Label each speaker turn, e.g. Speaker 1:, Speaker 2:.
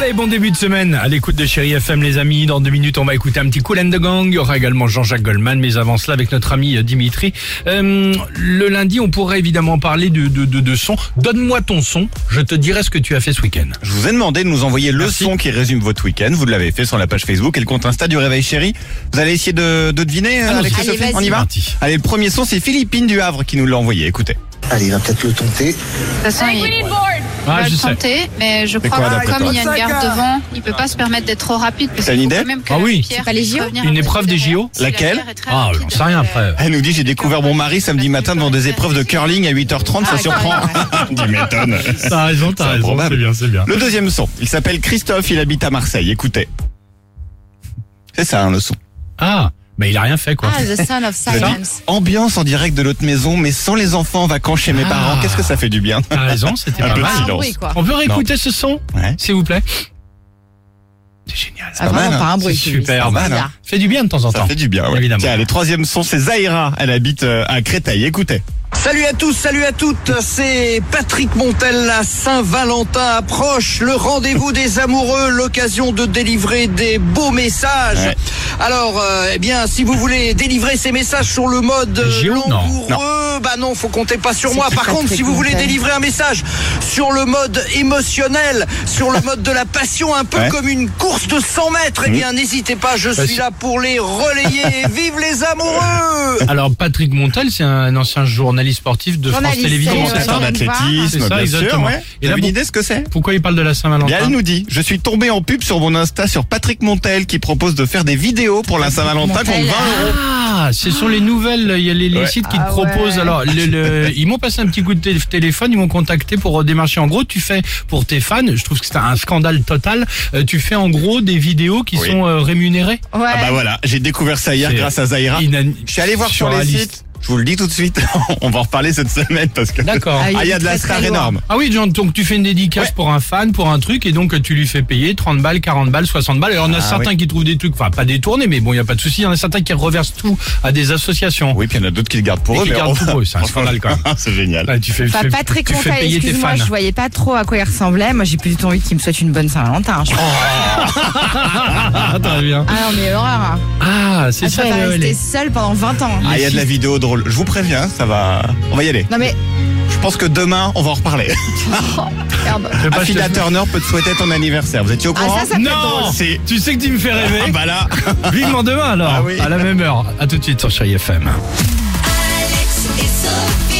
Speaker 1: Allez, bon début de semaine à l'écoute de Chéri FM, les amis. Dans deux minutes, on va écouter un petit Cool and the Gang. Il y aura également Jean-Jacques Goldman, mais avant cela, avec notre ami euh, Dimitri. Euh, le lundi, on pourrait évidemment parler de, de, de, de son. Donne-moi ton son, je te dirai ce que tu as fait ce week-end.
Speaker 2: Je vous ai demandé de nous envoyer le
Speaker 1: Merci.
Speaker 2: son qui résume votre week-end. Vous l'avez fait sur la page Facebook et le compte Insta du Réveil Chéri. Vous allez essayer de, de deviner, euh,
Speaker 1: Allons-y.
Speaker 2: Alex et
Speaker 3: Allez,
Speaker 2: Sophie
Speaker 3: vas-y.
Speaker 2: On y va
Speaker 1: Parti.
Speaker 2: Allez, le premier son, c'est Philippine du Havre qui nous l'a envoyé. Écoutez.
Speaker 4: Allez, il va peut-être le tenter.
Speaker 5: De toute façon, il il
Speaker 1: Ah,
Speaker 5: va
Speaker 1: je
Speaker 5: le
Speaker 1: sais.
Speaker 5: tenter, mais je
Speaker 2: Mais
Speaker 5: crois
Speaker 2: quoi,
Speaker 5: que
Speaker 2: d'après
Speaker 5: comme
Speaker 2: toi
Speaker 5: il y a une garde devant, il peut pas se permettre d'être trop rapide. parce
Speaker 2: T'as une
Speaker 5: qu'il faut
Speaker 2: idée
Speaker 5: quand même que
Speaker 1: Ah
Speaker 5: la
Speaker 1: oui.
Speaker 5: pierre
Speaker 3: C'est pas les
Speaker 5: puisse
Speaker 3: JO?
Speaker 5: revenir
Speaker 1: Une
Speaker 5: un peu
Speaker 1: épreuve des
Speaker 5: derrière.
Speaker 1: JO?
Speaker 5: Si la
Speaker 2: Laquelle
Speaker 5: pierre est très
Speaker 1: Ah,
Speaker 5: rapide,
Speaker 1: j'en sais rien après.
Speaker 2: Elle nous dit, j'ai découvert mon mari samedi matin devant des épreuves de curling à 8h30. Ça
Speaker 3: Ah,
Speaker 2: surprend. Du m'étonnes.
Speaker 1: T'as raison, t'as
Speaker 2: C'est
Speaker 1: raison.
Speaker 2: improbable.
Speaker 1: C'est bien, c'est bien.
Speaker 2: Le deuxième son, il s'appelle Christophe, il habite à Marseille. Écoutez. C'est ça, hein, le son.
Speaker 1: Ah, bah il a rien fait, quoi.
Speaker 3: Ah, The Sound of Silence.
Speaker 2: Ambiance en direct de l'autre maison, mais sans les enfants en vacances chez mes
Speaker 1: Ah.
Speaker 2: parents. Qu'est-ce que ça fait du bien
Speaker 1: T'as raison, c'était
Speaker 2: Un
Speaker 1: pas
Speaker 2: peu
Speaker 1: mal.
Speaker 2: de
Speaker 3: Ah,
Speaker 2: silence.
Speaker 3: oui, quoi.
Speaker 1: On peut réécouter ce son,
Speaker 2: Ouais.
Speaker 1: s'il vous plaît C'est génial.
Speaker 3: Ah,
Speaker 2: pas
Speaker 3: vraiment
Speaker 2: mal,
Speaker 3: pas un bruit.
Speaker 1: bah c'est
Speaker 3: celui-ci.
Speaker 1: super, Ah bah
Speaker 3: C'est
Speaker 2: mal, hein.
Speaker 3: bizarre.
Speaker 1: Fait du bien de temps en
Speaker 2: Ça
Speaker 1: temps.
Speaker 2: fait du bien, ouais.
Speaker 1: Évidemment.
Speaker 2: Tiens, le troisième son, c'est Zaira. Elle habite euh, à Créteil. Écoutez.
Speaker 6: Salut à tous, salut à toutes, c'est Patrick Montel à Saint-Valentin approche, le rendez-vous des amoureux, l'occasion de délivrer des beaux messages.
Speaker 2: Ouais.
Speaker 6: Alors, euh, eh bien, si vous voulez délivrer ces messages sur le mode euh,
Speaker 1: Géo, non.
Speaker 6: langoureux, bah non, faut compter pas sur moi. Par
Speaker 3: Patrick
Speaker 6: contre, si vous voulez
Speaker 3: Montel.
Speaker 6: délivrer un message sur le mode émotionnel, sur le mode de la passion, un peu
Speaker 2: Ouais.
Speaker 6: comme une course de 100 mètres, eh bien, n'hésitez pas, je
Speaker 1: Bah,
Speaker 6: suis
Speaker 1: si-
Speaker 6: là pour les relayer. Vive les amoureux
Speaker 1: Alors Patrick Montel, c'est un ancien journaliste sportif de
Speaker 3: Journaliste,
Speaker 1: France Télévisions.
Speaker 3: c'est
Speaker 1: c'est
Speaker 3: ça
Speaker 2: Commentateur
Speaker 1: ça C'est
Speaker 2: d'athlétisme,
Speaker 1: ça,
Speaker 2: bien sûr.
Speaker 1: exactement.
Speaker 2: Ouais.
Speaker 1: Et
Speaker 2: T'as
Speaker 1: là,
Speaker 2: une
Speaker 1: bon-
Speaker 2: idée ce que c'est
Speaker 1: Pourquoi il parle de la
Speaker 2: Bien, elle
Speaker 1: Saint-Valentin
Speaker 2: nous dit, je suis tombé en pub sur mon Insta sur Patrick Montel qui propose de faire des vidéos pour la Saint-Valentin contre 20
Speaker 3: Montel.
Speaker 2: euros.
Speaker 1: Ah, ce sont les nouvelles. Il y a les, les
Speaker 2: Ouais.
Speaker 1: sites qui te
Speaker 3: Ah
Speaker 1: proposent.
Speaker 3: ouais.
Speaker 1: Alors, le- le- ils m'ont passé un petit coup de tél- téléphone. Ils m'ont contacté pour euh, démarcher. En gros, tu fais pour tes fans. Je trouve que c'est un scandale total. euh, tu fais en gros des vidéos qui
Speaker 2: Oui.
Speaker 1: sont euh, rémunérées.
Speaker 3: Ouais.
Speaker 2: Ah bah voilà, j'ai découvert ça hier
Speaker 1: C'est
Speaker 2: grâce à Zaira.
Speaker 1: Inan-
Speaker 2: Je suis allé voir sur les
Speaker 1: Surréaliste.
Speaker 2: sites. Je vous le dis tout de suite. On va en reparler cette semaine parce que.
Speaker 1: D'accord.
Speaker 3: Ah,
Speaker 2: Ah, il y a
Speaker 3: est
Speaker 2: de la
Speaker 3: très, très
Speaker 2: star
Speaker 3: loin.
Speaker 2: énorme.
Speaker 1: Ah oui, John, donc tu fais une dédicace
Speaker 2: Ouais.
Speaker 1: pour un fan, pour un truc, et donc tu lui fais payer 30 balles, 40 balles, 60 balles. Alors on a
Speaker 2: Ah
Speaker 1: certains qui trouvent des trucs, enfin pas détournés, mais bon, il n'y a pas de souci. Il y en a certains qui reversent tout à des associations.
Speaker 2: Oui, puis il y en a d'autres qui le gardent pour
Speaker 1: Et
Speaker 2: eux.
Speaker 1: qui
Speaker 2: mais
Speaker 1: gardent
Speaker 2: on-
Speaker 1: tout pour eux, c'est un
Speaker 2: Franchement,
Speaker 1: scandale, quand même.
Speaker 2: c'est génial.
Speaker 1: Là, tu fais,
Speaker 3: Enfin,
Speaker 1: fais-
Speaker 3: Patrick
Speaker 1: tu fais
Speaker 3: Montel,
Speaker 1: payer tes
Speaker 3: excuse-moi,
Speaker 1: fans.
Speaker 3: je voyais pas trop à quoi il ressemblait. Moi, j'ai plus du tout envie qu'il me souhaite une bonne Saint-Valentin. je crois.
Speaker 1: Ah, très bien.
Speaker 3: Ah non, mais l'horreur.
Speaker 1: Ah, c'est
Speaker 3: Elle
Speaker 1: ça.
Speaker 3: préfère
Speaker 1: le-
Speaker 3: rester
Speaker 1: les-
Speaker 3: seule pendant 20 ans.
Speaker 2: Ah, il y a de la vidéo drôle. Je vous préviens, ça va. On va y aller.
Speaker 3: Non mais,
Speaker 2: Je pense que demain, on va en reparler.
Speaker 3: merde.
Speaker 1: Bah, Je sais pas, je te-
Speaker 2: Affida Turner peut te souhaiter ton anniversaire. Vous étiez au
Speaker 3: Ah,
Speaker 2: courant
Speaker 3: ça, ça peut être
Speaker 1: Non
Speaker 3: drôle.
Speaker 2: Si.
Speaker 1: Tu sais que tu me fais
Speaker 2: Ah
Speaker 1: rêver.
Speaker 2: bah là.
Speaker 1: Vivement demain alors,
Speaker 2: Ah oui.
Speaker 1: à la même heure. À tout de suite sur Chérie FM.
Speaker 7: Alex et Sophie.